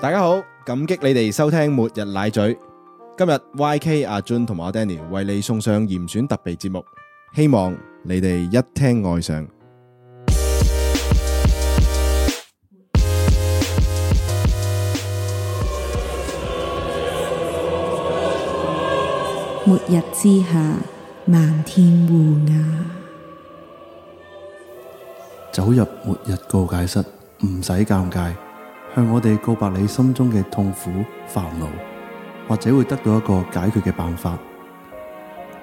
大家好，感激你哋收聽《末日奶嘴》。今日 YK 阿 Jun 同埋阿 Danny 為你送上嚴選特備節目，希望你哋一聽愛上。末日之下，漫天烏鴉。走入末日告解室，唔使尷尬，向我哋告白你心中嘅痛苦煩惱，或者會得到一個解決嘅辦法。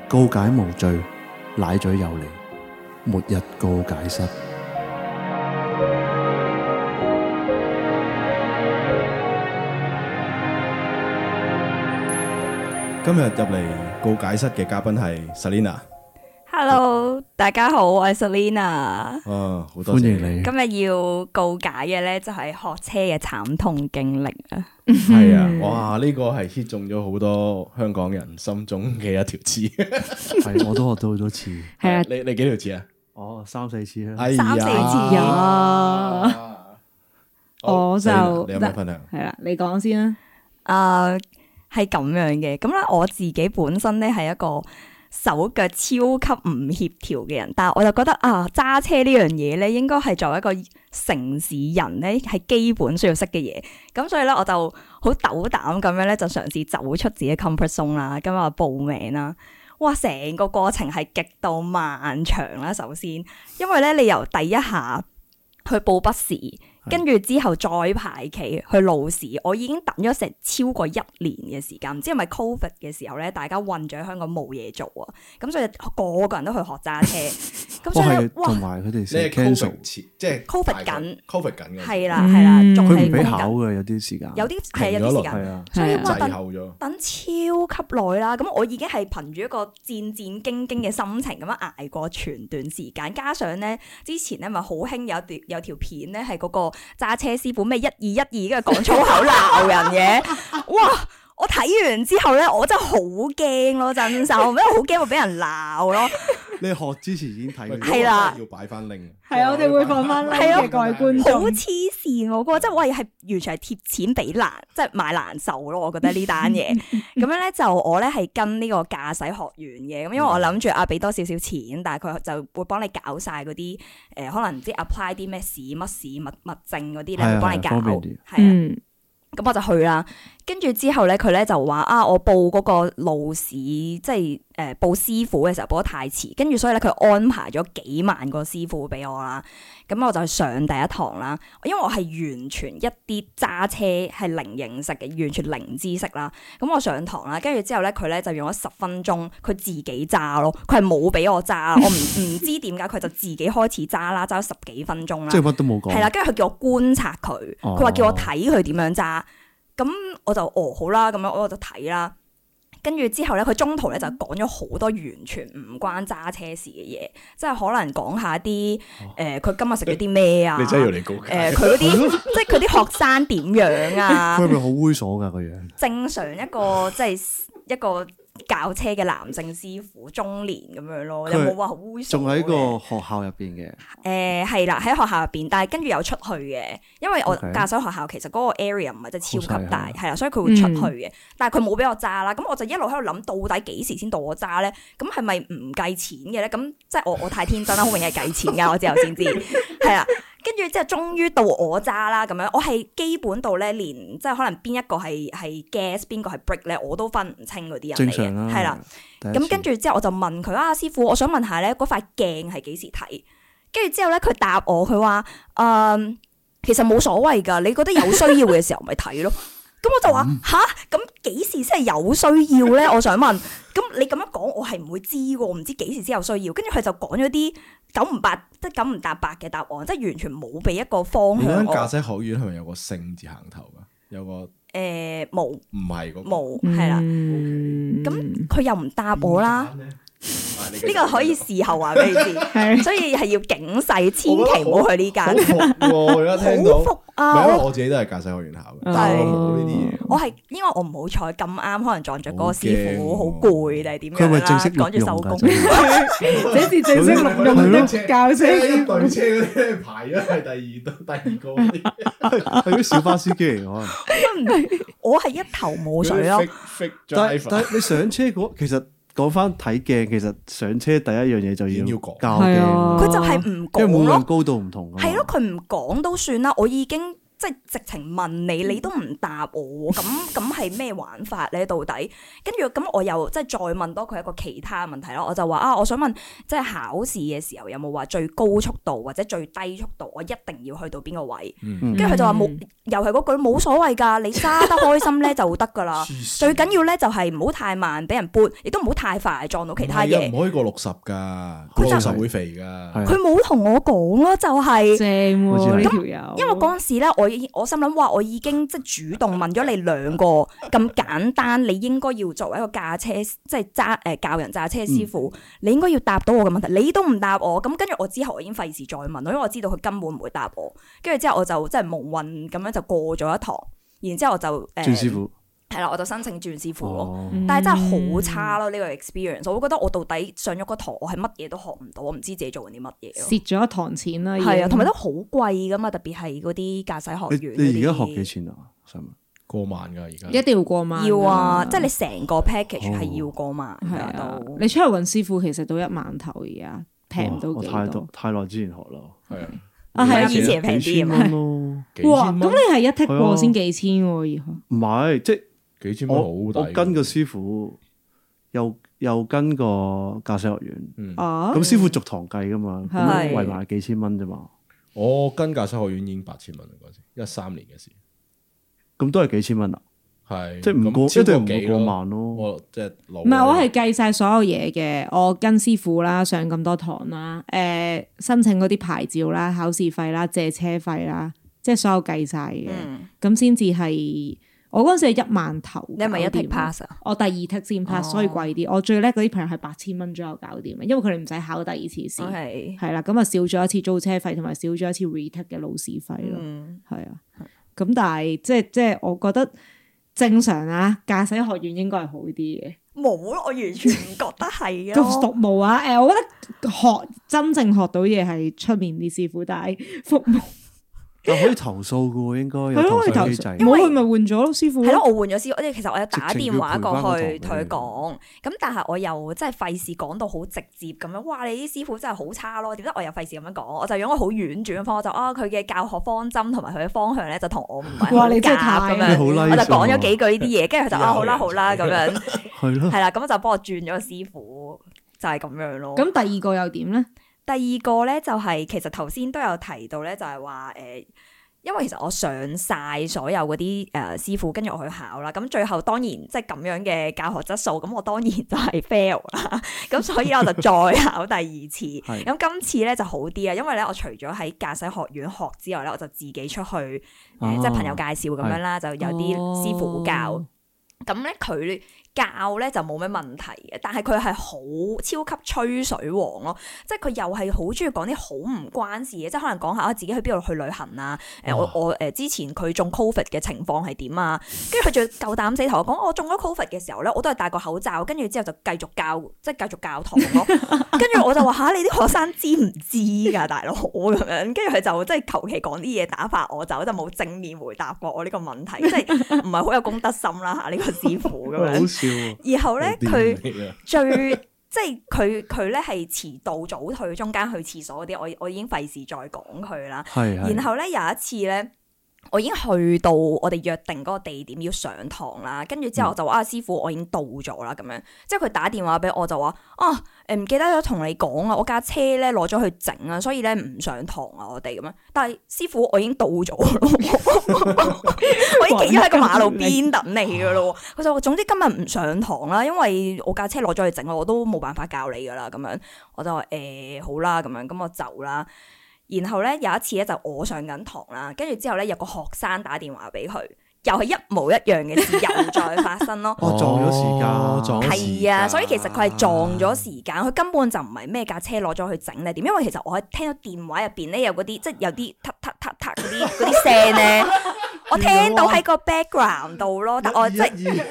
告解無罪，奶嘴有你。末日告解室，今日入嚟告解室嘅嘉賓係 Selina， Hello，大家好，我係 Selina。啊，好多謝歡迎你。今日要告解嘅呢，就係學車嘅慘痛經歷啊！係啊，哇！呢、個係 hit 中咗好多香港人心中嘅一條刺。，係我都學到好多次，係啊 你你幾條刺啊？哦，三四次啦。哎呀三四次啊好我就 Selina，你有咩分享？係啦，你講先啦。啊，係咁樣嘅。咁咧，我自己本身呢，係一個手腳超級唔協調嘅人，但係我就覺得啊，揸車呢樣嘢呢，應該係作為一個城市人呢，係基本需要識嘅嘢。咁所以呢，我就好斗膽咁樣呢，就嘗試走出自己 comfort zone 啦。咁啊，報名啦。哇！成個過程係極度漫長啦，首先，因為咧你由第一下去報筆試，跟住之後再排期去路試，我已經等咗成超過一年嘅時間，唔知係咪 Covid 嘅時候咧，大家困咗喺香港冇嘢做啊，咁所以個個人都去學揸車，咁哇，所以呢哦係哇同，埋佢哋你成日係 cancel， covid 前，即係 Covid 緊，covid 緊嘅，係啦係啦，嗯仲佢係唔俾考啊緊嘅，有啲時間。有啲係有啊停咗啲時落間係。啊，所以係啊哇，滯等後咗。等超級耐啦，咁我已經係憑住一個戰戰兢兢嘅心情咁樣捱過全段時間，加上咧之前咧咪好興有段有條片咧係嗰個揸車師傅咩一二一二，跟住講粗口鬧人 嘅，哇！我睇完之後咧，我真係好驚咯，真心，因為好驚會俾人鬧咯。你學之前已經睇喂過。係啦要擺翻 link。係啊我哋會放返 link 嘅各位觀眾好黐線喎！嗰個真係喂係完全係貼錢俾難，即係買難受咯。我覺得呢 單嘢咁樣咧，就我咧係跟呢個駕駛學院嘅，咁因為嗯我諗住啊俾多少少錢，但係佢就會幫你搞晒嗰啲誒，可能唔知 apply 啲咩試乜試乜乜證嗰啲咧，係會啊幫你搞方便啲係啊。嗯，咁我就去啦，跟住之後咧，佢咧就話啊，我報嗰個路試，即係誒、呃、報師傅嘅時候報得太遲，跟住所以咧佢安排咗幾萬個師傅俾我啦，咁我就去上第一堂啦，因為我係完全一啲揸車係零認識嘅，完全零知識啦，咁我上堂啦，跟住之後咧佢咧就用咗十分鐘，佢自己揸咯，佢係冇俾我揸，我唔 唔知點解佢就自己開始揸啦，揸咗十幾分鐘啦即係。乜都冇講。係啦，跟住佢叫我觀察佢，哦佢話叫我睇佢點樣揸，咁我就哦好啦，咁樣我就睇啦。跟住之後咧，佢中途咧嗯就講咗好多完全唔關揸車事嘅嘢，即係可能講下啲哦誒，佢、今日食咗啲咩啊？你真係要嚟告誒解？佢嗰 啲即係佢啲學生點樣啊佢？係咪好猥瑣噶個樣？正常一個即係一個教車嘅男性師傅中年咁樣咯，佢有冇話好猥瑣嘅？仲喺個學校入邊嘅。誒呃係啦，喺學校入邊，但係跟住有出去嘅，因為我 OK 駕駛學校其實嗰個 area 唔係真係超級好大，細嗯係啦，所以佢會出去嘅。但係佢冇俾我揸啦，咁我就一路喺度諗，到底幾時先到我揸咧？咁係咪唔計錢嘅咧？咁即係我我太天真啦，好容易係計錢㗎，我之後 先知係啦。跟住之後，終於到我揸啦咁樣，我係基本到咧，連即係可能邊一個係係 gas，邊個係 brake 咧，我都分唔清嗰啲人正嚟常啊嘅，啦。係啦。第一次。咁跟住之後我就問佢啊，師傅，我想問下咧，嗰塊鏡係幾時睇？跟住之後咧，佢答我，佢話誒，其實冇所謂㗎，你覺得有需要嘅時候咪睇咯。咁我就話吓，咁幾時先係有需要咧？我想問，咁你咁樣講，我係唔會知喎，唔知幾時先有需要。跟住佢就講咗啲九唔八，即係九唔搭八嘅答案，即係完全冇俾一個方你向間駕我。駛學院係咪有個姓字行頭噶？有個唔誒冇係嗰個嗯冇，係啦，咁佢又唔答我啦。嗯點解呢。埋你嘅呢個可以事後話俾你知， 係所以係要警世，千祈唔好去呢間。好服喎！我而家聽到，好唔服係因啊！為我自己都係駕駛學院校嘅，哦但係我冇呢啲嘢。我係因為我唔好彩咁啱，可能撞着嗰個師傅好好驚攰定係點佢係樣咪啦，正式錄趕住用收㗎工。真係這是正式錄用的教即係一師。隊車嗰啲排咗係 第二隊、第二個嗰啲，係啲小巴司機嚟 可能。我係一頭冇水咯， fake 但 driver 但係你上車嗰，其實講翻睇鏡，其實上車第一樣嘢就已經要要講教係鏡，啊佢就係唔因為每講個人咯，高度唔同㗎嘛。係咯，佢唔講都算啦。我已經即係直情問你，你都唔答我，咁 咁係咩玩法咧？到底跟住咁，我又即係再問多佢一個其他問題咯。我就話啊，我想問，即係考試嘅時候有冇話最高速度或者最低速度，我一定要去到邊個位？嗯跟住佢就話冇，又係嗰句冇所謂㗎，你揸得開心咧就得 㗎啦。最緊要咧就係唔好太慢，俾人撥，亦都唔好太快撞到其他嘢。唔可以過六十㗎，過佢六就十會肥㗎。係佢冇同我講咯，就係、正喎呢條友，因為嗰陣時咧，我已我心諗話，我已經即係主動問咗你兩個咁簡單，你應該要作為一個駕車即係揸誒教人揸車師傅，你應該要答到我嘅問題，你都唔答我，咁跟住我之後我已經費事再問咯，因為我知道佢根本唔會答我，跟住之後我就即係蒙混咁樣就過咗一堂，然之後我就誒轉師傅，係啦，我就申請轉師傅咯。哦嗯但係真係好差咯，呢、個 experience，我會覺得我到底上咗個堂，我係乜嘢都學唔到，我唔知自己做緊啲乜嘢咯。蝕咗一堂錢啦，已經係啊，同埋都好貴噶嘛，特別係嗰啲駕駛學你院。你而家學幾？錢啊？我想問過萬㗎而家，一定要過萬㗎。要啊，即係你成個 package 哦係要過萬係㗎啊都，。你出去揾師傅其實到一萬頭而家平唔哇到我幾太多多太耐之前學啦，係啊，啊？係啊，以前平啲幾千蚊 咯，幾哇！千咁蚊，你係一剔係啊過先幾千喎，而家唔係即係幾千蚊我好抵我㗎。跟個師傅，又又跟個駕駛學院，嗯哦咁，師傅逐堂計噶嘛，咁係圍埋幾千蚊啫嘛，我跟駕駛學院已經八千蚊啦，嗰陣時一三年嘅事，咁都係幾千蚊啊啦，係即係唔過咁超一定唔幾會過萬咯。我即係啊老。唔係我係計晒所有嘢嘅，我跟師傅啦，上咁多堂啦，誒、申請嗰啲牌照啦、考試費啦、借車費啦，即係所有計晒嘅，嗯，咁先至係我嗰陣時係一萬頭。你係咪一剔 pass 啊？我第二剔先 pass，、哦所以貴啲。我最叻嗰啲朋友係八千蚊左右搞掂嘅，因為佢哋唔使考第二次試，我哦係係啦，咁啊少咗一次租車費同埋少咗一次 retake 嘅老師費咯。嗯，係啊，咁但係即係即係，我覺得正常啊，駕駛學院應該係好啲嘅。冇咯，我完全唔覺得係個咯。服務啊，誒，我覺得學真正學到嘢係出面啲師傅，但係服務但哦可以投訴噶喎，應該有係投咯，佢投訴機制。訴，冇佢咪換咗咯，師傅係咯，我換咗師傅，即係其實我有打直情電話過去要賠返同個佢堂講，咁但係我又真係費事講到好直接咁樣，哇！你啲師傅真係好差咯，點解我又費事咁樣講？我就用一個好婉轉嘅方法，我就啊佢嘅教學方針同埋佢嘅方向咧，就同我唔係哇好你真係夾太咁你樣好。我 nice 我就啊講咗幾句呢啲嘢，跟住佢就啊好啦好啦咁 樣，係咯，係啦，咁就幫我轉咗個師傅，就係咁樣咯。咁第二個又點咧？第二個咧就係、其實頭先都有提到咧，就係話誒，因為其實我上晒所有嗰啲誒師傅，跟住我去考啦，咁最後當然即係咁樣嘅教學質素，咁我當然就係 fail 啦， 咁所以我就再考第二次。係咁今次咧就好啲啊，因為咧我除咗喺駕駛學院學之外咧，我就自己出去誒，啊即係朋友介紹咁樣啦，就有啲師傅教。哦咁咧佢教咧就冇咩問題嘅，但係佢係好超級吹水王咯，即係佢又係好中意講啲好唔關事嘅，即係可能講下啊自己去邊度去旅行啊，誒、我哇我誒、之前佢中 covid 嘅情況係點啊，跟住佢仲夠膽死同我講，我中咗 covid 嘅時候咧，我都係戴個口罩，跟住之後就繼續教，即係繼續教堂咯，跟住我就話吓、你啲學生知唔知㗎，大佬咁樣，跟住佢就即係求其講啲嘢打發我走，就冇正面回答過我呢個問題，即係。唔係好有公德心啦嚇呢個師傅咁喂好樣。笑喎。然後咧佢佢最 即係佢佢咧係遲到早退，中間去廁所嗰啲，我我已經費事再講佢啦。係係。然後咧有一次咧。我已經去到我哋約定嗰個地點要上堂啦，跟住之後我就話、啊師傅我已經到咗啦咁樣，之後佢打電話俾我就話啊誒唔記得咗同你講啊，我架車咧攞咗去整啊，所以咧唔上堂啊我哋咁樣，但係師傅我已經到咗咯，我已經企咗喺個馬路邊等你噶咯，佢就話總之今日唔上堂啦，因為我架車攞咗去整，啊我都冇辦法教你噶啦咁樣，我就話誒、好啦咁樣，咁我走啦。然後咧有一次咧就我上緊堂啦，跟住之後咧有個學生打電話俾佢，又係一模一樣嘅事又再發生 咯。哦，撞咗時間，哦撞咗時係啊，所以其實佢係撞咗時間，佢根本就唔係咩架車攞咗去整咧點，因為其實我係聽到電話入邊咧有嗰啲即係有啲嗒嗒嗒嗒嗰啲嗰啲聲咧，我聽到喺個 background 度咯，但哦我即係一二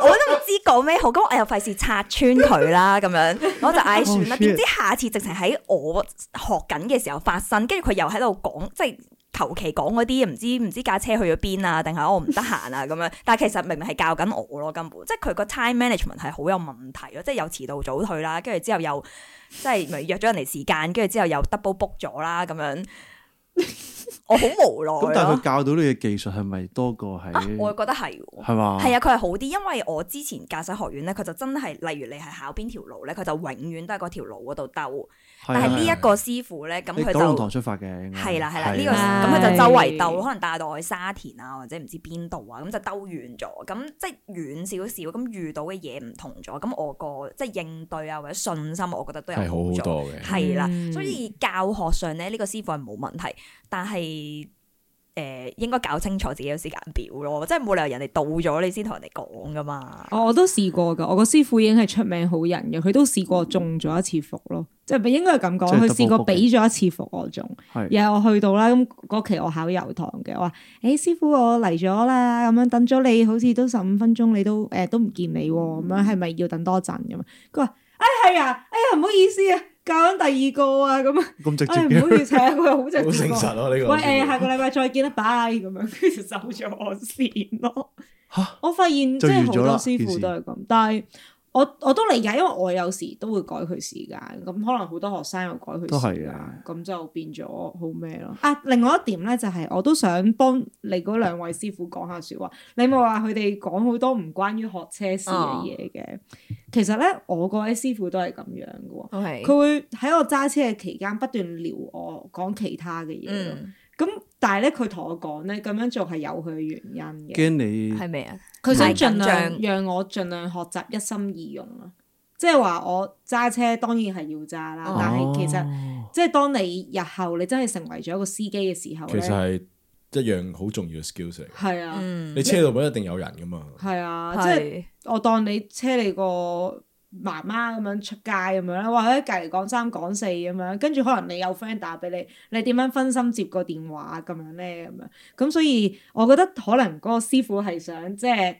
我都唔知講咩好，咁我又費事拆穿佢啦，咁 樣我就唉 Oh 算啦。 shit 點知下次直情喺我學緊嘅時候發生，跟住佢又喺度講，即係求其講嗰啲唔知唔知架車去咗邊啊，定係我唔得閒啊咁樣。但係其實明明係教緊我咯，根本即係佢個 time management 係好有問題啊咯，即係又遲到早退啦，跟住之後又即係咪約咗人哋時間，跟住之後又 double book 咗啦，咁樣我好無奈咁但係咯佢。教到你嘅技術係咪多過啊，我又喺覺得係喎。係嘛？係啊，佢係好啲，因為我之前駕駛學院咧，佢就真係，例如你係考邊條路咧，佢就永遠都喺嗰條路嗰度兜。係但啊，係呢一個師傅咧，咁你佢九龍就塘出發嘅應該係啦係啦，呢個係啊咁佢就周圍兜，係可能帶到我去沙田啊，或者唔知邊度啊，咁就兜遠咗。咁即係遠少少，咁遇到嘅嘢唔同咗，咁我個即係應對啊或者信心，我覺得都有係好好好咗。多嘅。係啦，嗯所以教學上咧，呢、個師傅係冇問題，但係诶、呃，应该搞清楚自己嘅時間表咯，即係冇理由人哋到咗你先同人哋講噶嘛。哦我我都試過㗎，我個師傅已經係出名好人嘅，佢都試過中咗一次伏咯，即係應該係咁即講，係佢 double 試過 book 嘅俾咗一次伏我中，係然後我去到啦，咁嗰期我考油堂嘅，我話：，誒、師傅我嚟咗啦，咁樣等咗你好似都十五分鐘，你都誒、呃都唔見你喎，嗯咁樣係咪要等多陣咁啊？佢話：，哎係啊，哎呀唔好意思啊，教緊第二個啊，咁啊，咁直接哎唔好嘅，意思 啊，佢好直好接誠喎實咯呢個。喂，誒、下個禮拜再見啦，拜咁樣， 跟住就走咗我線咯。嚇我發現即就完係咗好啦多師件傅事都係咁，但係我我都理解，因為我有時都會改佢時間，咁可能好多學生又改都佢係時間嘅，咁就變咗好咩咯。啊，另外一點咧就係、我都想幫你嗰兩位師傅講下説話。你咪話佢哋講好多唔關於學車事嘅嘢嘅，其實咧我嗰位師傅都係咁樣嘅喎。 OK，佢會喺我揸車嘅期間不斷撩我講其他嘅嘢咯。嗯，咁但係咧，佢同我講咧，咁樣做係有佢嘅原因嘅。驚你係咪啊？佢想太緊盡量張讓我盡量學習一心二用咯，即係話我揸車當然係要揸啦，哦但係其實實即係當你日後你真係成為咗一個司機嘅時候其實咧，係一樣好重要嘅 skills 嚟嘅。係啊，嗯你，車度本一定有人噶嘛，係啊，即係係我當你車你個。媽媽咁樣出街咁樣啦，或者隔離講三講四咁樣，跟住可能你有 friend 打俾你，你點樣分心接個電話咁樣咧咁樣，咁所以我覺得可能嗰個師傅係想即係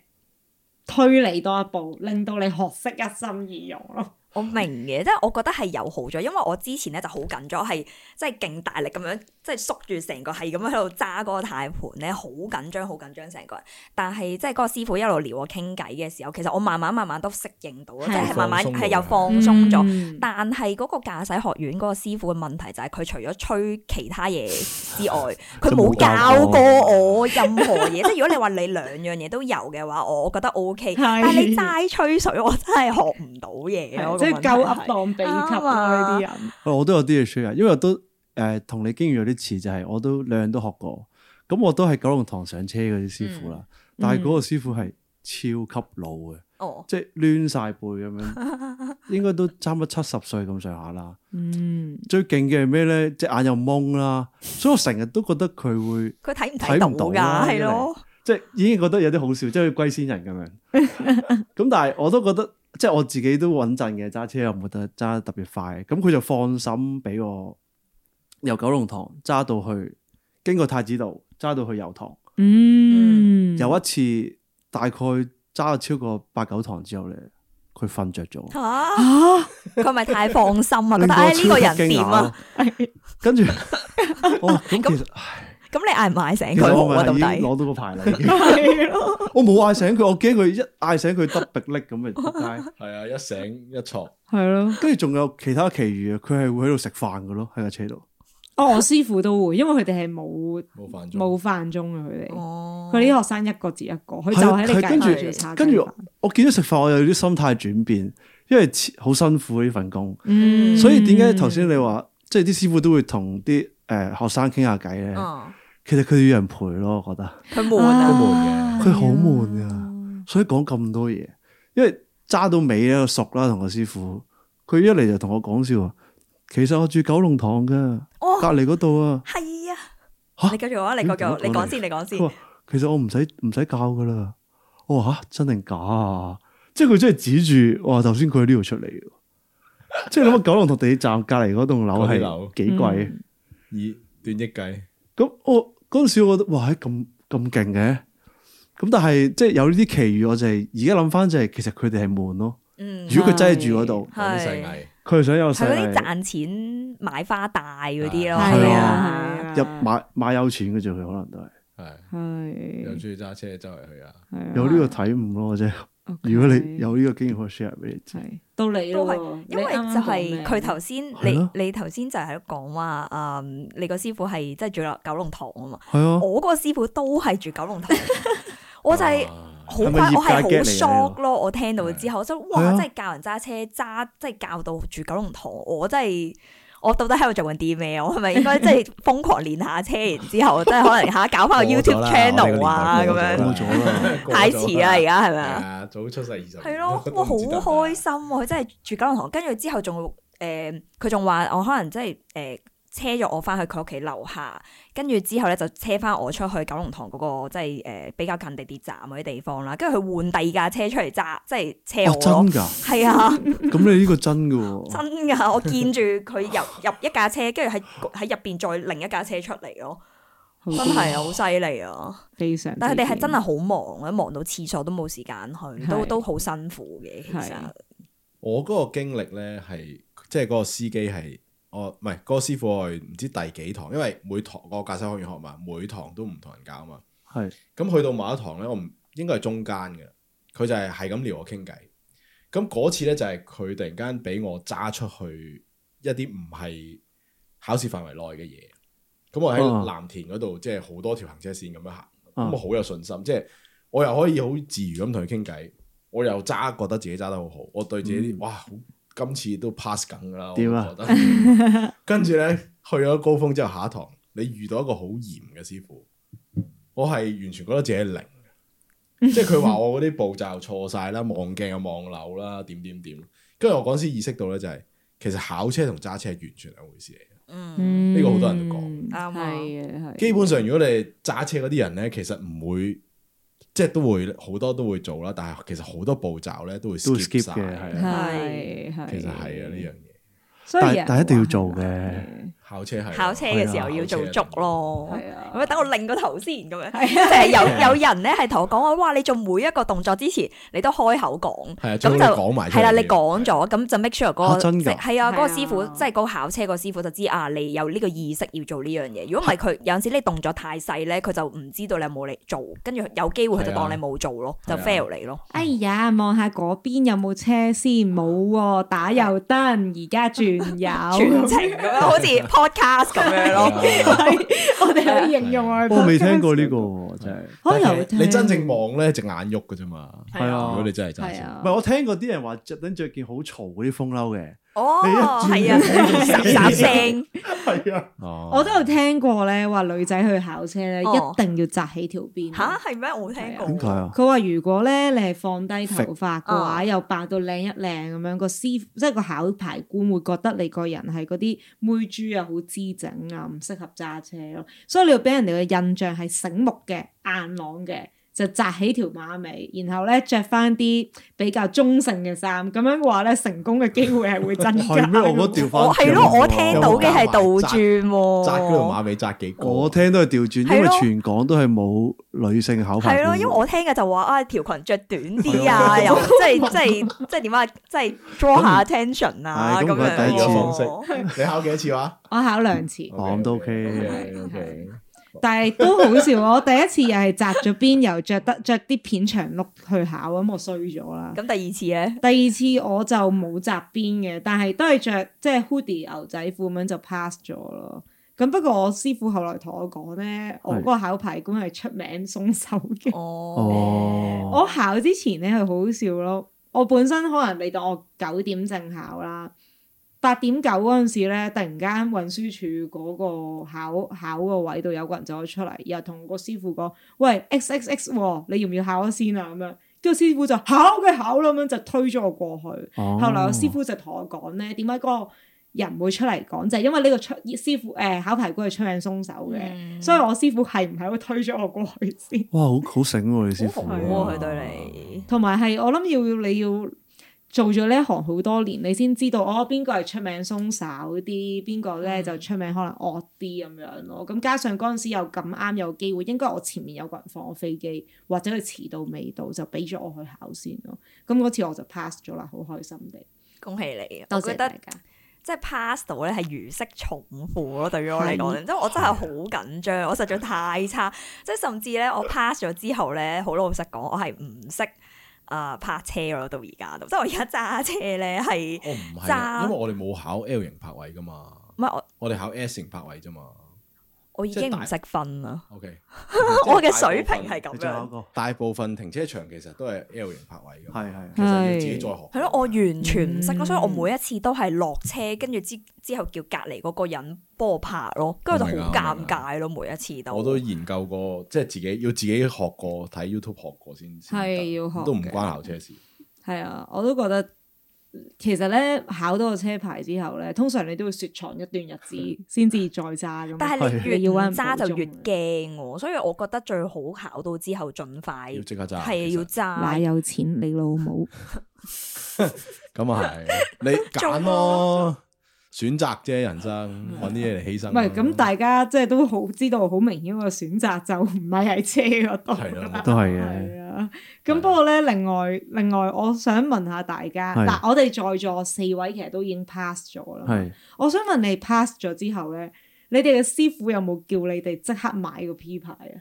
推你多一步，令到你學識一心二用咯。我明嘅，即係我覺得係有好咗，因為我之前咧就好緊張，係即係勁大力咁樣，即係縮住成個係咁樣喺度揸嗰個軚盤咧，好緊張，好緊張成個人。但係即係嗰個師傅一路撩我傾偈嘅時候，其實我慢慢慢慢都適應到，即係係慢慢放鬆咗係又放鬆咗。咗，但係嗰個駕駛學院嗰個師傅嘅問題就係佢除咗吹其他嘢之 外，佢就冇冇教教過過我任何嘢。 即係如果你話你兩樣嘢都有嘅話，我覺得 O K。但係你齋吹水，我真係學唔到嘢係咯。即係係夠噏當秘笈啱咯呢啊啲人。哦我都有啲嘢 share，因為我都誒同你經驗有啲似，就係我都兩樣都學過，咁我都係九龍塘上車嗰啲師傅啦，嗯但係嗰個師傅係超級老嘅，哦，即係攣晒背咁樣， 應該都差唔多七十歲咁上下啦。嗯，最勁嘅係咩咧？隻眼又蒙啦，所以我成日都覺得佢會佢睇唔睇睇到唔到啊啦㗎？係咯，即係已經覺得有啲好笑，即係龜仙人咁樣。 咁但係我都覺得，即係我自己都穩陣嘅，揸車又冇得揸得特別快。咁佢就放心俾我由九龍塘揸到去，經過太子道揸到去油塘。嗯，有一次大概揸咗超過八九堂之後咧，佢瞓着咗。嚇啊，佢咪太放心 啊？覺令得到唉我呢個人超級驚訝點啊？跟 住，哦，咁其實咁你嗌唔嗌醒其實佢我好啊？咪到已經底攞到個牌啦，已經 係咯，我冇嗌醒佢，我驚佢一嗌醒佢得鼻力咁咪仆 街。係啊，一醒一錯， 係咯。跟住仲有其他其餘嘅，佢係會喺度食飯嘅咯，喺架車度。哦，我師傅都會，因為佢哋係冇冇飯鐘。冇飯鐘嘅佢哋，哦佢啲學生一個接一個，佢就係啊喺你係隔跟住離度跟住我見到食飯，我有啲心態轉變，因為似好辛苦呢份工，嗯，所以點解頭先你話即係啲師傅都會同啲誒學生傾下偈咧？嗯其實佢哋要人陪咯，我覺得佢悶啊都。悶嘅佢好悶㗎，所以講咁多嘢，因為揸到尾咧，我熟啦同個師傅，佢一嚟就同我講笑話，其實我住九龍塘㗎，哦隔離嗰度啊。係啊吓，你繼續啊，你繼點續，講你嚟講先，你講先嗯佢。話其實我唔使唔使教噶啦。我話吓真定假啊？即係佢真係指住，哇！頭先佢喺呢度出嚟嘅， 即係諗下九龍塘地鐵站隔離嗰棟樓嗰啲樓係幾貴。嗯以段益計，咁我嗰陣時，我覺得哇，咁咁勁嘅。咁但係即係有呢啲奇遇，我就係而家諗翻就係其實佢哋係悶咯。嗯，如果佢擠住嗰度，講啲細係藝，佢係想有係嗰啲勢賺啊錢買花大嗰啲咯，係係啊，係啊入買買有錢嘅啫，佢可能都係係又係中意揸車周圍去啊，係啊有呢個體悟咯，嗯即係。 OK 如果你有呢個經驗，可以 share 俾你知。係到你都咯係喎，因為你就啱啱係講咩佢頭先，係你咯你頭先就喺度講話，嗯，你個師傅係即係住落九龍塘啊嘛，係啊，我嗰個師傅都係住九龍 塘，我就係哇好係咪快，業我係界 get 好嚟啊呢 shock 咯，我聽到之後，我真係係哇，啊真係教人揸車揸，即係教到住九龍塘，我真係。我到底喺度做緊啲咩？我係咪應該即係瘋狂練下車，然之後即係可能嚇搞翻個過咗 YouTube 啦 channel 啊我哋咁個年代樣過過咗啦。過咗太遲啦，而家係咪係啊？啊，早出世二十年，係咯，都哇，好唔知得唔得啊開心喎！佢真係住九龍塘，跟住之後仲誒，佢仲話我可能真係誒車咗我翻去佢屋企樓下，跟住之後咧就車翻我出去九龍塘嗰、個即係誒、呃比較近地鐵站啊嗰啲地方啦，跟住佢換第二架車出嚟揸，即係車哦，我真咯。 㗎？係啊，咁你呢個真㗎喎？真㗎！我見住佢入入一架車，跟住喺喺入邊再另一架車出嚟咯，好真係好犀利啊！非常之勁，但係佢哋係真係好忙啊，忙到廁所都冇時間去，都係都好辛苦嘅。其實係我嗰個經歷呢，係，即係嗰個司機係，我唔係嗰個師傅，我係唔知第幾堂，因為每堂我駕駛學院學嘛，每堂都唔同人教嘛。係咁去到某一堂呢，我唔應該係中間嘅，佢就係係咁撩我傾偈。咁嗰次呢，就係佢突然間俾我揸出去一啲唔係考試範圍內嘅嘢。咁我喺哦藍田嗰度，即係好多條行車線咁樣行，咁啊我好有信心，即係我又可以好自如咁同佢傾偈，我又揸覺得自己揸得好好，我對自己啲、哇，好今次都 pass 緊㗎啦，我都嗯點啊覺得。跟住呢，去咗高峰之後下一堂，你遇到一個好嚴嘅師傅，我係完全覺得自己係零 嘅，即係佢話我嗰啲步驟錯晒啦，望鏡又望樓啦，點點點。跟住我嗰陣時意識到呢，就係、其實考車同揸車係完全兩回事嚟嘅。嗯。呢個好多人都講啱啱啊係基本上如果你係揸車嗰啲人咧，其實唔會，即係都會好多都會做啦，但係其實好多步驟咧都會都會 skip skip 嘅晒。係係啊係，其實係啊呢樣嘢，所以但啊有人但一定要做話嘅考車係啊考車嘅時候要做足咯。係啊，咁樣等我擰個頭先咁樣，係啊即係有有人咧係同我講話，哇！你做每一個動作之前，你都開口講，係啊，咁咁就就講埋出嚟係啦，你講咗，咁就 make sure 嗰啊個真㗎即係啊，嗰個係啊師傅即係嗰個考車個師傅就知啊，你有呢個意識要做呢樣嘢。如果唔係佢有陣時你動作太細咧，佢就唔知道你有冇嚟做，跟住有機會佢就係啊當你冇做咯，就係啊 fail 你咯。哎呀，望下嗰邊有冇車先，冇喎，打右燈，而家轉全右。程咁 樣，好似 podcast 咁樣咯。咯。我哋可以形容啊我哋啊我未聽過呢個，喎，真係。啊可能有但係聽你真正望咧，隻眼喐嘅啫嘛。係啊如果你真係揸係車，啊唔，係我聽過啲人話着等着件好嘈嗰啲風褸嘅。哦，你一轉係啊，頭霎霎聲，係啊，哦我都有聽過咧，話女仔去考車咧，哦一定要紮起條啊辮。吓係咩？我冇聽過。點解啊？佢話如果咧你係放低頭髮嘅啊話，又白到靚一靚咁樣，個師即係個考牌官會覺得你個人係嗰啲妹豬啊，好姿整啊，唔適合揸車咯。所以你要俾人哋嘅印象係醒目嘅、硬朗嘅，就紮起條馬尾，然後咧着翻啲比較中性嘅衫，咁樣嘅話咧，成功嘅機會係會增加。係咩？我嗰調翻我哦係咯，啊我聽到嘅係倒轉扎嗰條馬喎。尾扎幾高？我聽都係調轉，因係為咯全港都係冇女性考牌官係咯，喎。因為我聽嘅就話啊，條裙着短啲啊，又即係即係即係點啊，即係 draw 下 attention 啊係咁咁佢樣哦第二個方式喎。你考幾多次話？ 我考兩次。哦咁都 OK OK，OK，OK。但係都好笑啊，我第一次又係紮咗邊，又着得着啲片長碌去考，咁我衰咗啦。咁第二次咧，第二次我就冇紮邊嘅，但係都係着即係 hoodie 牛仔褲咁樣就 pass 咗咯。咁不過我師傅後來同我講咧，我嗰個考牌官係出名鬆手嘅。哦，我哦，考之前咧係好好笑咯，我本身可能你當我九點正考啦，八點九嗰陣時咧，突然間運輸署嗰個考考個位度有個人走咗出嚟，又同個師傅講：喂，X X X 喎，你要唔要考咗先啊？咁樣，跟住師傅就考佢考啦，咁樣就推咗我過去。哦後來我師傅就同我講咧，點解嗰個人會出嚟講，就係、因為呢個出師傅誒、呃考牌官係出名鬆手嘅，嗯所以我師傅係唔係會推咗我過去先？哇，好好醒喎，你師好傅啊好喎，佢對你。同埋係我諗要你要做咗呢一行好多年，你先知道哦邊個係出名鬆手啲，邊個嗯咧就出名可能惡啲咁樣咯。咁加上嗰陣時又咁啱有機會，應該我前面有個人放我飛機，或者佢遲到未到就俾咗我去考先咯。咁嗰次我就 pass 咗啦，好開心地。恭喜你！多我謝覺大得家。即係 pass 到咧係如釋重負咯，對於我嚟講，係因為我真係好緊張，我實在太差，即係甚至咧我 pass 咗之後咧，好老實講，我係唔識啊泊車咯，到而家都，即係我而家揸車咧係我唔係啊，揸因為我哋冇考 L 型泊位噶嘛，唔係我我哋考 S 型泊位啫嘛。我已經唔識分啦， OK， 我嘅水平係咁你仲有一樣，個大部分停車場其實都係 L 型泊位噶，係係其實要係自己再學。係咯，我完全唔識咯，嗯所以我每一次都係落車，跟住之之後叫隔離嗰個人幫我泊咯，跟住就好 Oh my god，嗯尷尬咯，每一次都我都研究過，即係自己要自己學過，睇 YouTube 學過先先得。係要學嘅都唔關校車事。係啊，我都覺得其實咧考到個車牌之後咧，通常你都會雪藏一段日 子先至再揸咁。 但係你係越要唔揾揸補就越鐘驚喎，所以我覺得最好考到之後盡快要即刻揸係啊其實要哪揸。有錢你老母？咁啊係， 你揀咯，選擇啫，人生揾啲嘢嚟犧牲。啊唔係咁，大家即係都好知道，好明顯個選擇就唔係喺車嗰度係啦咯。都係嘅，係啊，咁不過咧，另外另外，我想問下大家，係嗱，我哋在座四位其實都已經 pass 咗啦。係我想問你 pass 咗之後咧，你哋嘅師傅有冇叫你哋即刻買個 P 牌啊？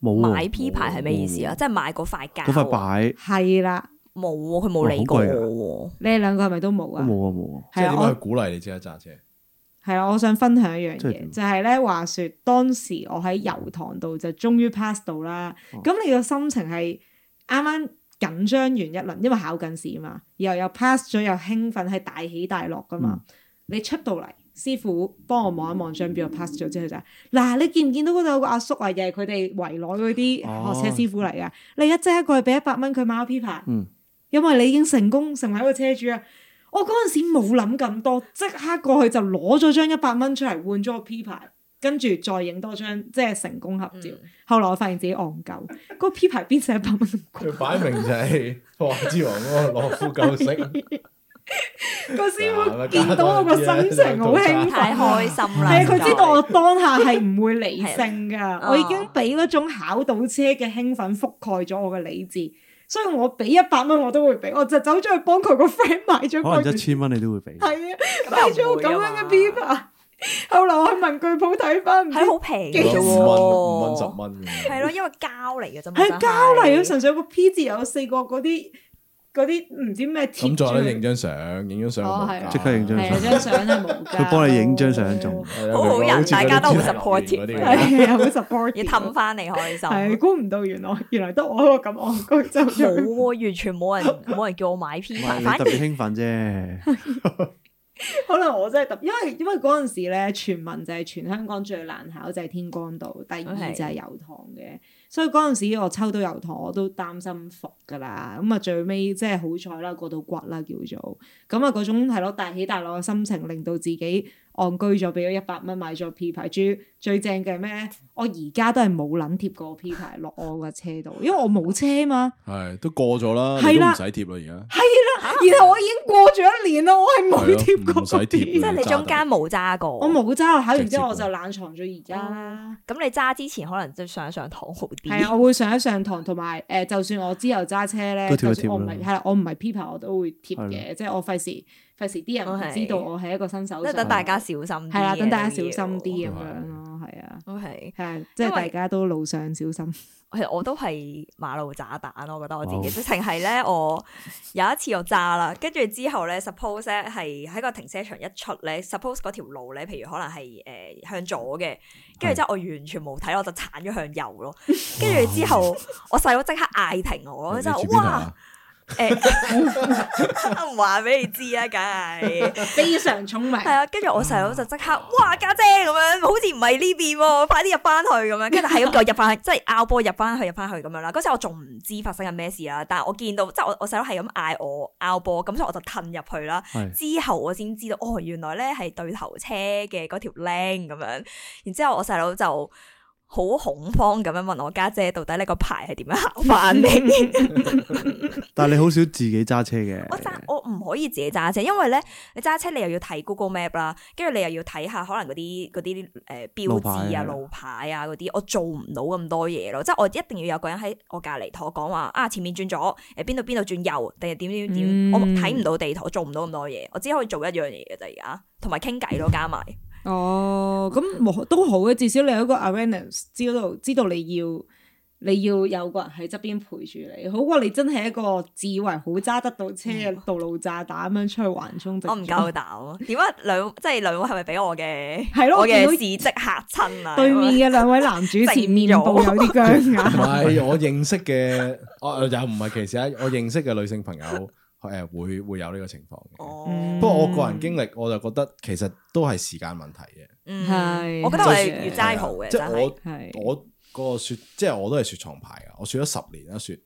冇喎買 P 牌係咩意思啊？即係買嗰塊膠啊。嗰塊擺係啦，冇喎，佢冇理過哇好貴啊我喎。你哋兩個係咪都冇都啊？冇啊冇啊，即係係啊，點樣我去鼓勵你即刻揸車？係啊，我想分享一樣即係點啊嘢，就係咧話説，當時我喺油塘度就終於 pass 到啦。哦咁、你個心情係啱啱緊張完一輪，因為考緊試嘛，然後又 pass 咗，又興奮，係大起大落噶嗯嘛。你出到嚟，師傅幫我望一望張表，pass 咗之後就係嗱，你見唔見到嗰度有個阿叔啊？又係佢哋圍內嗰哦啲學車師傅嚟噶。你而家即刻過去俾一百蚊佢買個 P 牌，嗯因為你已經成功成為一個車主啊！我嗰陣時冇諗咁多，即刻過去就攞咗張一百蚊出嚟換咗個 P 牌，跟住再影多張即係成功合照。後來我發現自己戇鳩，嗰個 P 牌邊使一百蚊咁貴？佢擺明就係黃之王嗰個攞副夠 食，個師傅見到我個心情好興太奮。啊開心啦！係啊，佢實在知道我當下係唔會理性啊㗎，我已經俾嗰種考到車嘅興奮覆蓋咗我嘅理智，所以我俾一百蚊我都會俾，我就走咗去幫佢個 friend 買咗可個能一千蚊你都會俾，係啊，買咁又唔咗會咁啊樣嘛嘅 P 牌。後來我去文具鋪睇翻，唔知係好平嘅啫五蚊五蚊十喎。蚊咁。係咯，因為膠嚟嘅啫嘛。係真交嚟嘅，純粹個 P 字有四個嗰啲嗰啲唔知咩貼咁住再咧佢影張相，影張相哦冇係價即刻影張係啊相，張相係冇㗎佢幫你影張相仲係啊好好人佢似嗰啲大家都好天龍國嗰啲 supportive 係啊，好 support。要氹翻你開心。係估唔到，原來原來得我一個咁戇居走冇咗。喎，完全冇人冇人叫我買 P 唔牌，係你反特而別興奮 啫，可能我真係特別，因為因為嗰陣時咧，全民就係全香港最難考就係天光道，第二 Okay 就係油塘嘅，所以嗰陣時我抽到油塘我都擔心服㗎啦，咁啊最尾即係好彩啦，過到骨啦叫做，咁啊嗰種係咯大起大落嘅心情，令到自己戇居咗，俾咗一百蚊買咗 P 牌，最最正嘅係咩咧？我而家都係冇撚貼過 P 牌落我個車度，因為我冇車嘛。係都過咗啦，係你都啦唔使貼啦然後我已經過咗一年啦，我係冇貼啊係過咯唔使貼 P 嘅即係你中間冇揸過。我冇揸，我考完之後我就冷藏咗而家哦啦。咁你揸之前可能就上一上堂好啲。係啊，我會上一上堂，同埋誒，就算我之後揸車咧，都貼一就貼算我唔係啦係啦，我唔係 P 牌，我都會貼係嘅，即係我費事費事啲人唔知道我係一個新手即係上，等大家小心啲。係啦，等大家小心啲咁都要樣咯，係啊， O K，係啊，即係因為大家都路上小 心。其實我都係馬路炸彈咯，我覺得我自哇己直情係咧，我有一次我炸啦，跟住之後咧，suppose 咧係喺個停車場一出咧，suppose 嗰條路咧，譬如可能係誒、呃向左嘅，跟住之後我完全冇睇，我 就鏟咗向右咯，跟住之後我細佬即刻嗌停我而咯，家。真你係住邊度哇！啊？诶， 唔話俾你知啊，梗係。非常聰明， 係啊，跟住我細佬就即刻，哇家姐咁樣，好似唔係呢邊喎，快啲入翻去咁樣，跟住係咁叫我入翻去， 即係拗波入翻去，入翻去咁樣啦。嗰時我仲唔知發生緊咩事啦，但係我見到即係我我細佬係咁嗌我拗波，咁所以我就褪入去啦。係之後我先知道，哦，原來咧係對頭車嘅嗰條僆咁樣。然之後我細佬就好恐慌咁樣問我家姐到底你個牌係點樣行翻嚟？但係你好少自己揸車嘅。我揸我唔可以自己揸車，因為咧你揸車你又要睇 Google Map 啦，跟住你又要睇下可能嗰啲嗰啲誒標誌啊、路路牌啊嗰啲，我做唔到咁多嘢咯。即係我一定要有個人喺我隔離同我講話啊，前面轉左，誒邊度邊度轉右，定係點點點，嗯我睇唔到地圖，我做唔到咁多嘢，我只可以做一樣嘢嘅啫而家，同埋傾偈咯，加 埋。哦，咁冇都好嘅，至少你有一個 awareness，知道知道你要你要有個人喺側邊陪住你，好過你真係一個自以為好揸得到車嘅道路炸彈咁樣出去橫衝直嗯我唔夠膽，啊點解兩即係兩位係咪俾我嘅係咯我我嘅見到事蹟嚇親啊？對面嘅兩位男主持面部有啲僵唔 硬，係我認識嘅， 我又唔係歧視啊！我認識嘅女性朋友诶會會有呢個情況嘅。哦，嗯不過我個人經歷，我就覺得其實都係時間問題嘅。嗯係我覺得我係就越齋豪嘅，即真係係我係我嗰個雪，即係我都係雪藏牌啊噶，我雪咗十年啦雪，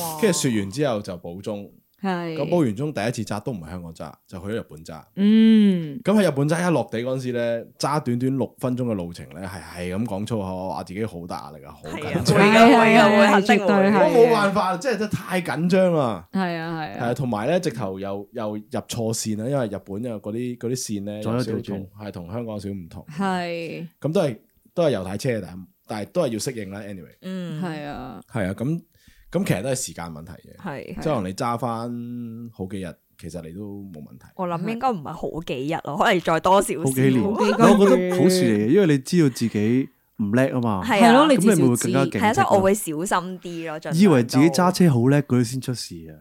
哇跟住雪完之後就補鐘，嗯咁補係，完鐘第一次揸都唔係香港揸，就去咗日本揸。嗯，咁喺日本揸一落地嗰陣時咧，揸短短六分鐘嘅路程咧，係係咁講粗口，話自己好大壓力啊，好係緊 啊，張，會㗎會係啊㗎會係啊肯定絕對係我會。冇辦法，即係真係太緊張啦。係啊係係啊，啊，同埋咧，直頭又又入錯線啊啦，因為日本有嗰啲嗰啲線咧，左有右少調轉同係同香港有少唔同，係咁都係都係右軚車，但係但係都係要適應啦。anyway，嗯，係啊，係啊，咁咁其實都係時間問題嘅，係。即係可能你揸翻好幾日，其實你都冇問題。我諗應該唔係好幾日咯，可能再多少少。好幾年，好我幾覺個月得好事嚟嘅，因為你知道自己唔叻啊嘛。係係咯，啊，你咁至你咪會少更加知。勁。係啊，所以我會小心啲咯。盡量以為自己都揸車好叻嗰啲先出事啊，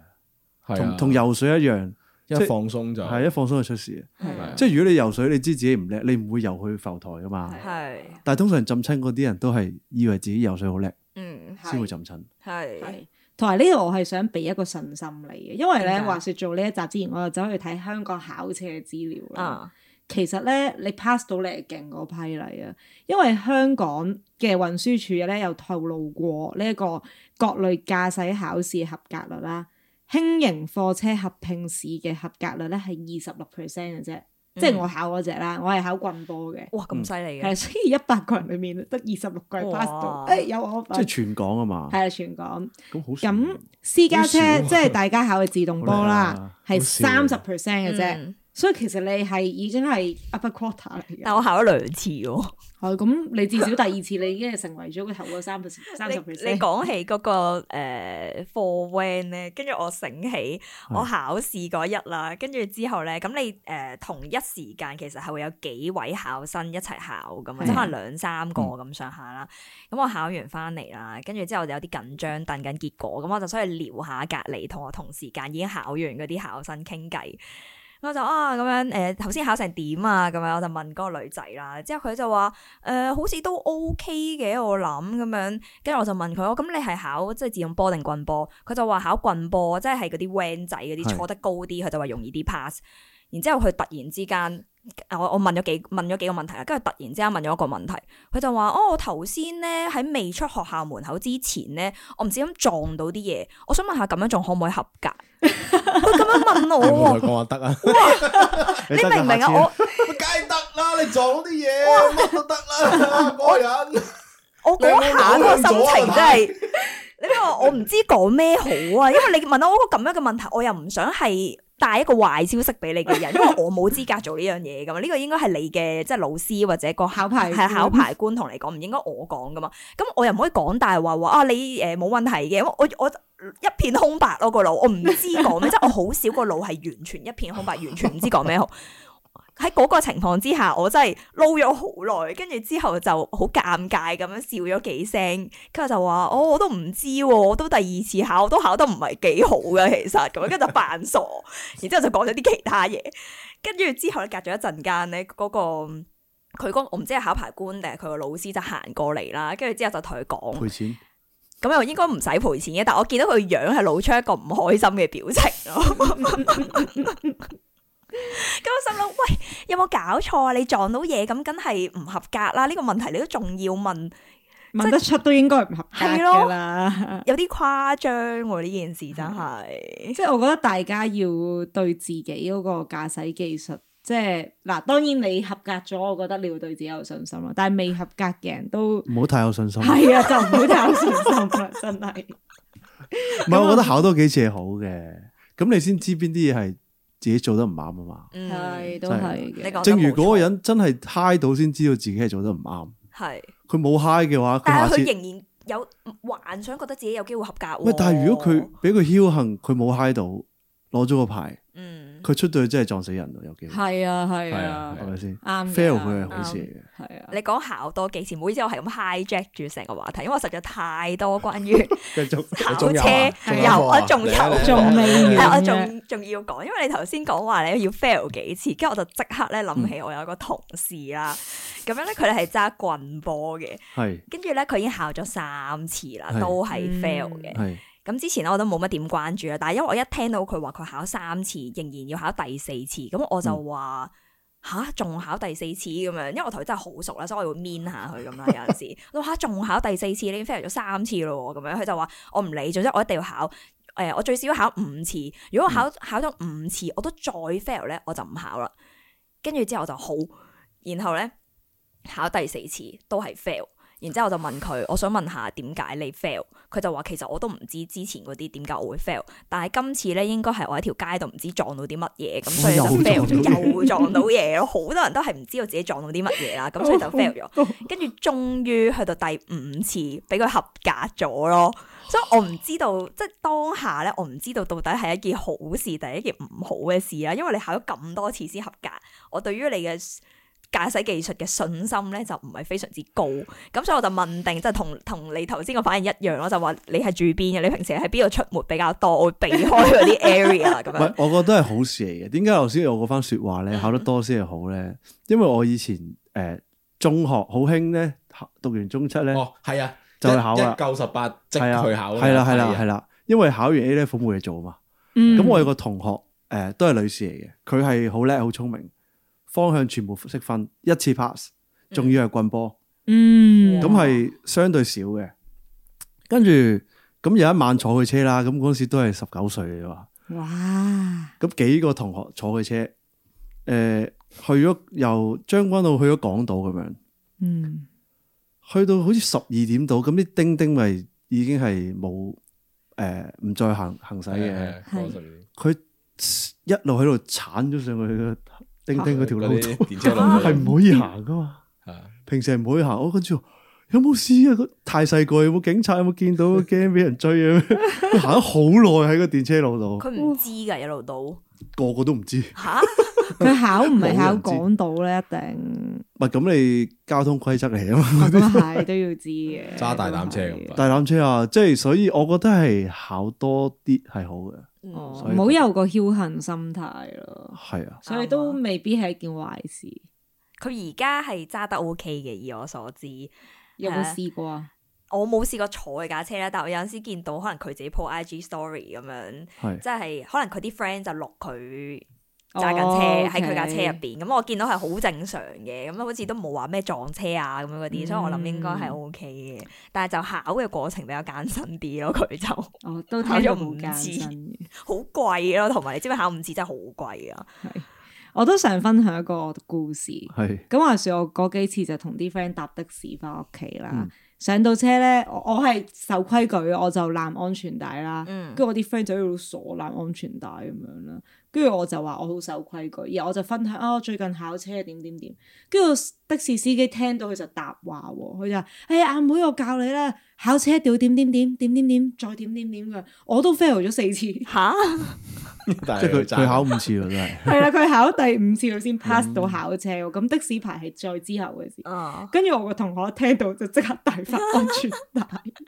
係啊同同游水一樣，一即係放鬆就係一放鬆就出事啊。係啊即係如果你游水，你知自己唔叻，你唔會游去浮台噶啊嘛。係，但係通常浸親嗰啲人都係以為自己游水好叻嗯，先會浸親。係，係，同埋呢度我係想俾一個信心你嘅，因為咧點解話説做呢一集之前，我就走去睇香港考車嘅資料啦。啊，其實咧，你 pass 到你係勁嗰批嚟啊，因為香港嘅運輸署咧有透露過呢一個各類駕駛考試合格率啦，輕型貨車合拼試嘅合格率咧係二十六 percent 嘅啫，嗯即係我考嗰只啦，我係考棍波嘅。哇，嗯咁犀利嘅係，，所以一百個人裏面得二十六個人哇 pass 到，誒有我份即係，全港啊嘛，係啊全港。咁好少咁私家車好少啊即係大家考嘅自動波啦，好係叻啊三十 percent 嘅啫，嗯所以其實你係已經係 upper quarter 嚟但嘅。我考咗兩次喎。係咁，你至少第二次你已經係成為咗個頭嗰三 percent 三你十你 percent。講起嗰個誒 for van 咧，跟住我醒起嗯我考試嗰日啦，跟住之後咧，咁你誒同一時間其實係會有幾位考生一齊考嗯噶嘛，即係可能兩三個咁上下啦。咁我考完翻嚟啦，跟住之後就有啲緊張，等緊結果，咁我就出去撩下隔離同我同時間已經考完嗰啲考生傾偈。我就啊咁樣誒，頭、先考成點啊？咁樣我就問嗰個女仔啦，之後佢就話誒、好似都 OK 嘅，我諗咁樣。跟住我就問佢，我咁你係考即係自動波定棍波？佢就話考棍波，即係係嗰啲 van 仔嗰啲係坐得高啲，佢就話容易啲 pass。然之後佢突然之間，啊我我問咗幾問咗幾個問題啦，跟住突然之間問咗一個問題，佢就話：哦，我頭先咧喺未出學校門口之前咧，我唔小心撞到啲嘢，我想問下咁樣仲可唔可以合格？佢咁樣問你我冇同佢。喎講話得啊，你明唔明啊？我梗係得啦，你撞啲嘢乜都得啦， 嗰人我嗰下嗰個心情真係，你明我我唔知講咩好啊，因為你問我嗰個咁樣嘅問題，我又唔想係帶一個壞消息俾你嘅人，因為我冇資格做呢樣嘢噶嘛。呢個應該係你嘅即係老師或者個考牌係考牌官同你講，唔應該我講噶嘛。咁我又唔可以講大話話啊，你誒冇問題嘅，因為我我。一片空白咯個腦，我唔知講咩，即係我好少個腦係完全一片空白，完全唔知講咩好。喺嗰個情況之下，我真係撈咗好耐，跟住之後就好尷尬咁樣笑咗幾聲，跟住就話：哦，我都唔知喎，我都第二次考，我都考得唔係幾好嘅，其實咁樣，跟住就扮傻，然之後就講咗啲其他嘢，跟住之後咧，隔咗一陣間咧，嗰、個。佢嗰我唔知係考牌官定係佢個老師就行過嚟啦，跟住之後就同佢講，賠錢咁又應該唔使賠錢嘅，但我見到佢樣係露出一個唔開心嘅表情咯。咁我心諗，喂，有冇搞錯啊？你撞到嘢咁，梗係唔合格啦！呢、個問題你都仲要問，問得出都應該唔合格係㗎咯啦。有啲誇張喎！呢件事真係，即係我覺得大家要對自己嗰個駕駛技術，即係嗱，當然你合格咗，我覺得你要對自己有信心啦。但係未合格嘅人都唔好太有信心。 唔係啊，就唔好太有信心啦，真係。係，我覺得考多幾次係好嘅，咁你先知邊啲嘢係自己做得唔啱啊嘛。係嗯，都係你嘅。講得正如冇嗰個錯人真係嗨到先知道自己係做得唔啱，係，佢冇嗨嘅話，佢下但係次佢仍然有幻想，覺得自己有機會合格喎。喂，但係如果佢俾佢僥倖，佢冇嗨到攞咗個牌，嗯佢出到去真係撞死人咯，有機會係啊，係係啊啊，係咪先啱嘅？fail 佢係好事嚟嘅。係啊。你講考多幾次，唔好意思，我係咁 hijack 住成個話題，因為我實在太多關 於繼續考仲有啊車仲有有，啊我仲嚟啊嚟啊有，仲未係我完嘅，仲仲要講，因為你頭先講話你要 fail 幾次，跟住我就即刻咧諗起我有個同事啦，咁樣咧佢哋係揸棍波嘅，係跟住咧佢已經考咗三次啦，係都係 fail 嘅。係咁之前咧我都冇乜點關注啦，啊但係因為我一聽到佢話佢考三次，仍然要考第四次，咁我就話吓仲考第四次咁樣，因為我同佢真係好熟啦，所以我會 mean 下佢咁啦。有陣時 我話吓仲考第四次，你已經 fail 咗三次咯喎咁樣，佢就話我唔理，總之我一定要考。誒、我最少考五次，如果我嗯考考咗五次，我都再 fail 咧，我就唔考啦。跟住之後我就好，然後咧考第四次都係 fail。然之後我就問佢，我想問下點解你 fail？佢就話其實我都唔知之前嗰啲點解我會 fail，但係今次咧應該係我喺條街度唔知撞到啲乜嘢，咁所以就哦又 fail 撞到咗，又撞到嘢咯。好多人都係唔知道自己撞到啲乜嘢啦，咁所以就哦哦 fail 咗。跟住終於去到第五次，俾佢合格咗咯。所以我唔知道，即係當下咧，我唔知道到底係一件好事定係一件唔好嘅事啦。因為你考咗咁多次先合格，我對於你嘅駕駛技術嘅信心咧就唔係非常之高。咁所以我就問定，即係同同你頭先個反應一樣咯，就話你係住邊嘅，你平時喺邊度出沒比較多，我會避開嗰啲 area 啦咁唔係？。樣我覺得係好事嚟嘅。點解頭先我嗰番説話嗯咧，考得多先係好咧？因為我以前誒中學好興咧，讀完中七咧哦，係啊，就去考一啦，九十八即係啊，去考㗎嘛，係啦，係啦，係啊係啦。因為考完 A level 冇嘢做嘛，嗯咁我有個同學誒都係女士嚟嘅，佢係好叻，好聰明，方向全部識分，一次 pass，仲要係棍波。嗯咁係相對少嘅。跟住咁有一晚坐佢車啦，咁嗰陣時都係十九歲嘅話，哇，咁幾個同學坐佢車，誒、去咗由將軍澳去咗港島咁樣，嗯去到好似十二點度，咁啲叮叮咪已經係冇誒唔再行行駛嘅，係啊，係佢一路喺度鏟咗上去個叮叮嗰條路度，電車路係 唔可以行噶嘛。啊平時係唔可以行。我跟住話有冇事啊？個太細個，有冇警察？有冇見到驚俾人 追啊？佢行咗好耐喺個電車路度，佢唔知㗎，一路都個個都唔知。吓，佢考唔係冇考人知港島咧，一定唔係咁，你交通規則嚟啊嘛，咁係都要知嘅。 揸大膽車都係咁大膽車啊！即係所以，我覺得係考多啲係好嘅，哦，所以唔好有個僥倖心態咯，係啊。所以都未必係一件壞事。佢而家係揸得 OK 嘅，以我所知。有冇係啊試過啊？我冇試過坐佢架車啦，但我有陣時見到可能佢自己 po IG story 咁樣，係即係可能佢啲 friend 就錄佢揸緊哦車喺佢架車 OK 入邊，咁我見到係好正常嘅，咁好似都冇話咩撞車啊咁樣嗰啲，嗯所以我諗應該係 O K 嘅，但係就考嘅過程比較艱辛啲咯，佢就 好哦，都睇咗考咗好五艱次辛嘅。貴咯，同埋你知唔知考五次真係好貴啊？我都想分享一個故事。係咁話說我嗰幾次就同啲 friend 搭的士翻屋企啦，嗯上到車咧，我我係守規矩，我就攬安全帶啦。嗯跟住我啲 friend 就喺度傻攬安全帶咁樣啦。跟住我就話我好守規矩，然後我就分享啊，我最近考車點點點。跟住的士司機聽到佢就答話喎，佢就話：哎呀，阿妹，我教你啦，考車要點點點點點點再點點點嘅，我都 fail 咗四次。吓，但即係佢揸佢考五次喎，真係。係啦，佢考第五次佢先 pass 到考車喎，咁的士牌係再之後嘅事。嗯啊跟住我個同學聽到就即刻遞翻安全帶，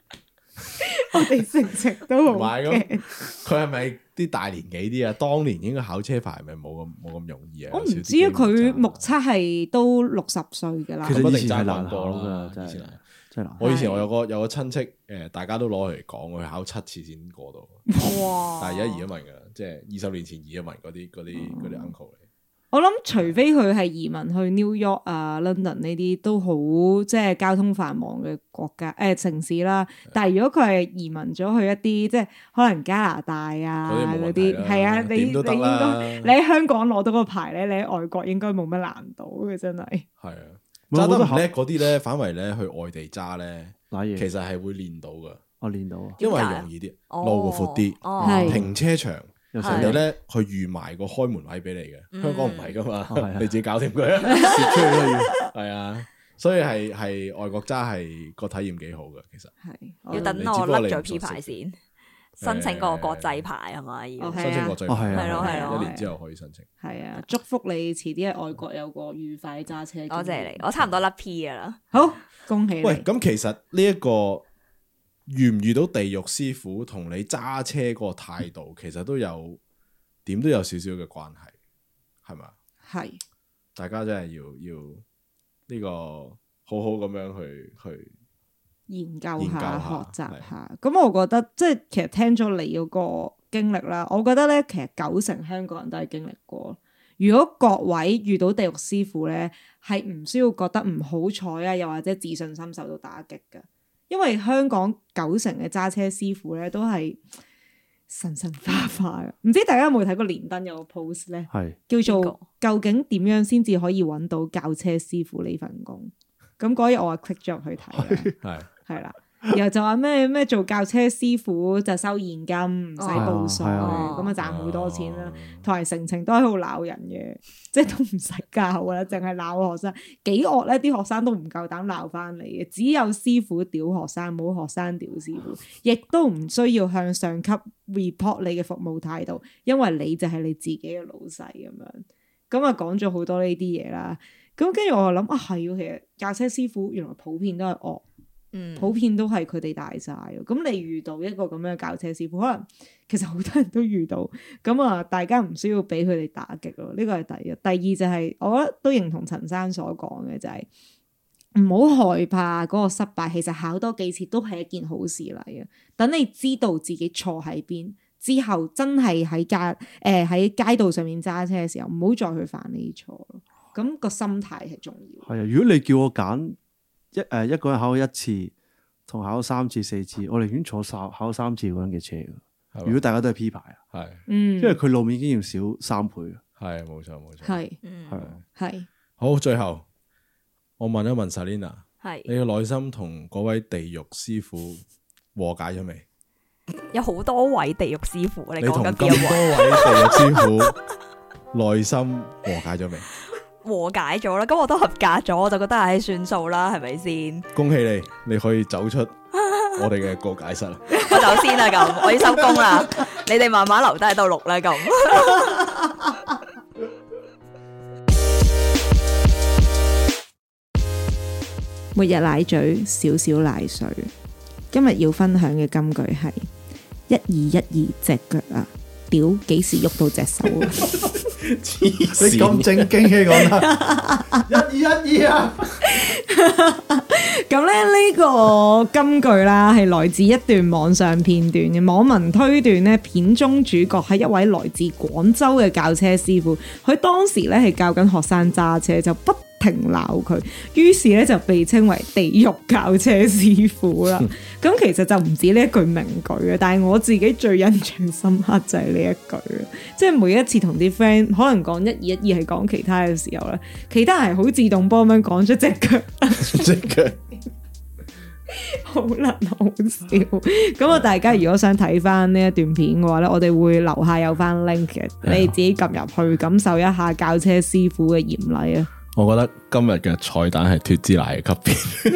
我哋成程都唔好係驚咁。佢係咪啲大年紀啲啊？當年應該考車牌係咪冇咁冇咁容易啊？我唔有少啲知機啊，會佢揸目測係都六十歲㗎啦其。實咁一以定前係揸難棍考波啦㗎，真係以前係真係難。我以前我有個有個親戚，诶、大家都攞嚟講，佢考七次先過到，哇！但係而家移咗民噶啦，啊即係二十年前移咗民嗰啲嗰啲嗰啲 uncle 嚟。我諗除非佢係移民去 New York 啊、London 呢啲都好即係交通繁忙嘅國家誒、呃城市啦，但係如果佢係移民咗去一啲即係可能加拿大啊嗰啲冇嗰問題啲，啦係啊，你你點都應得啦該你喺香港攞到個牌咧，你喺外國應該冇乜難度嘅真係。係啊，唔係揸我得覺得唔叻嗰啲咧，反為咧去外地揸咧，攋 嘢，其實係會練到噶，我練到嗯啊，因為點解啊容易啲，哦路會闊啲，哦係停車場。又成人哋日咧去預埋個開門位俾你嘅，香港唔係噶哦係嘛啊，你自己搞掂佢， 攝出去都要係啊，所以係係外國揸係個體驗幾好嘅，其實係要嗯等你只我不過甩你唔咗熟 P 牌悉先，申請個國際牌係咪要哦？係啊申請國際哦係啊牌係咯係咯一年之後可以申請。係啊，祝福你遲啲喺外國有個愉快揸車。多謝你，，我差唔多甩 P 噶啦。好恭喜你。喂，咁其實呢一個遇唔遇到地獄師傅同你揸車嗰個態度，其實都有點都有少少嘅關係，係咪啊？係大家真係要要呢個好好咁樣去去研究研究下、下學習係下。咁我覺得即係其實聽咗你嗰個經歷啦，我覺得咧其實九成香港人都係經歷過。如果各位遇到地獄師傅咧，係唔需要覺得唔好彩啊，又或者自信心受到打擊嘅，因為香港九成嘅揸車師傅咧都係神神化化嘅。唔知大家有冇睇過連登有個 post 咧？係叫邊做究竟點樣先至可以揾到教車師傅呢份工？咁嗰日我係 click 咗入去睇啦，係係啦，然後就話咩咩做教車師傅就收現金，唔使報税，哦係啊咁啊賺好多錢啦。哦同埋成程都喺度鬧人嘅，即係都唔使教啦，淨係鬧學生幾惡咧，啲學生都唔夠膽鬧翻你嘅，只有師傅屌學生，冇學生屌師傅，亦都唔需要向上級 report 你嘅服務態度，因為你就係你自己嘅老細咁樣。咁啊講咗好多呢啲嘢啦，咁跟住我就諗啊係喎，其實教車師傅原來普遍都係惡。嗯，普遍都係佢哋大晒嘅。咁你遇到一個咁樣嘅教車師傅，可能 其實好多人都遇到。咁啊，大家唔需要俾佢哋打擊咯。呢個係第一。第二就係、我覺得都認同陳生所講嘅，就係唔好害怕嗰個失敗。其實考多幾次都係一件好事嚟嘅。等你知道自己錯喺邊。之後真係喺街誒喺、街道上面揸車嘅時候，唔好再去犯呢啲錯咯。咁、個心態係重要。係啊！如果你叫我揀一誒一個人考一次，同考三次四次，我寧願坐三考三次嗰人嘅車㗎係嘛如果大家都係 P 牌啊，係嗯因，為佢路面經驗少三倍啊，係冇錯冇錯。係嗯係啊係好，最後我問一問 Selina，你係嘅內心同嗰位地獄師傅和解咗未？有好多位地獄師傅，你你同講緊咁邊多一位？位地獄師傅內心和解 咗未？ 和解咗啦，咁我都合格咗，我就覺得唉算數啦，係咪先？恭喜你，你可以走出我哋嘅告解室 啦。我走先啦咁，我要收工啦，你哋慢慢留低喺度錄啦咁。每日奶嘴，少少奶水。今日要分享嘅金句係：一二一二隻腳啊，屌幾時喐到隻手啊？你咁正經嘅講得，一二一二啊！咁咧呢個金句啦，係來自一段網上片段嘅網民推斷呢片中主角係一位來自廣州嘅教車師傅，佢當時咧係教緊學生揸車，就不停鬧佢，於是咧就被稱為地獄教車師傅啦。咁其實就唔止呢一句名句嘅，但係我自己最印象深刻就係呢一句啊，即係每一次同啲 friend 可能講一二一二係講其他嘅時候咧，其他人係好自動幫咁樣講出只腳。即係好難好笑。咁啊，大家如果想睇翻呢一段片嘅話咧，我哋會留下有翻 link 嘅，你自己撳入去感受一下教車師傅嘅嚴厲啊！我覺得今日嘅菜單係脱脂奶嘅級別。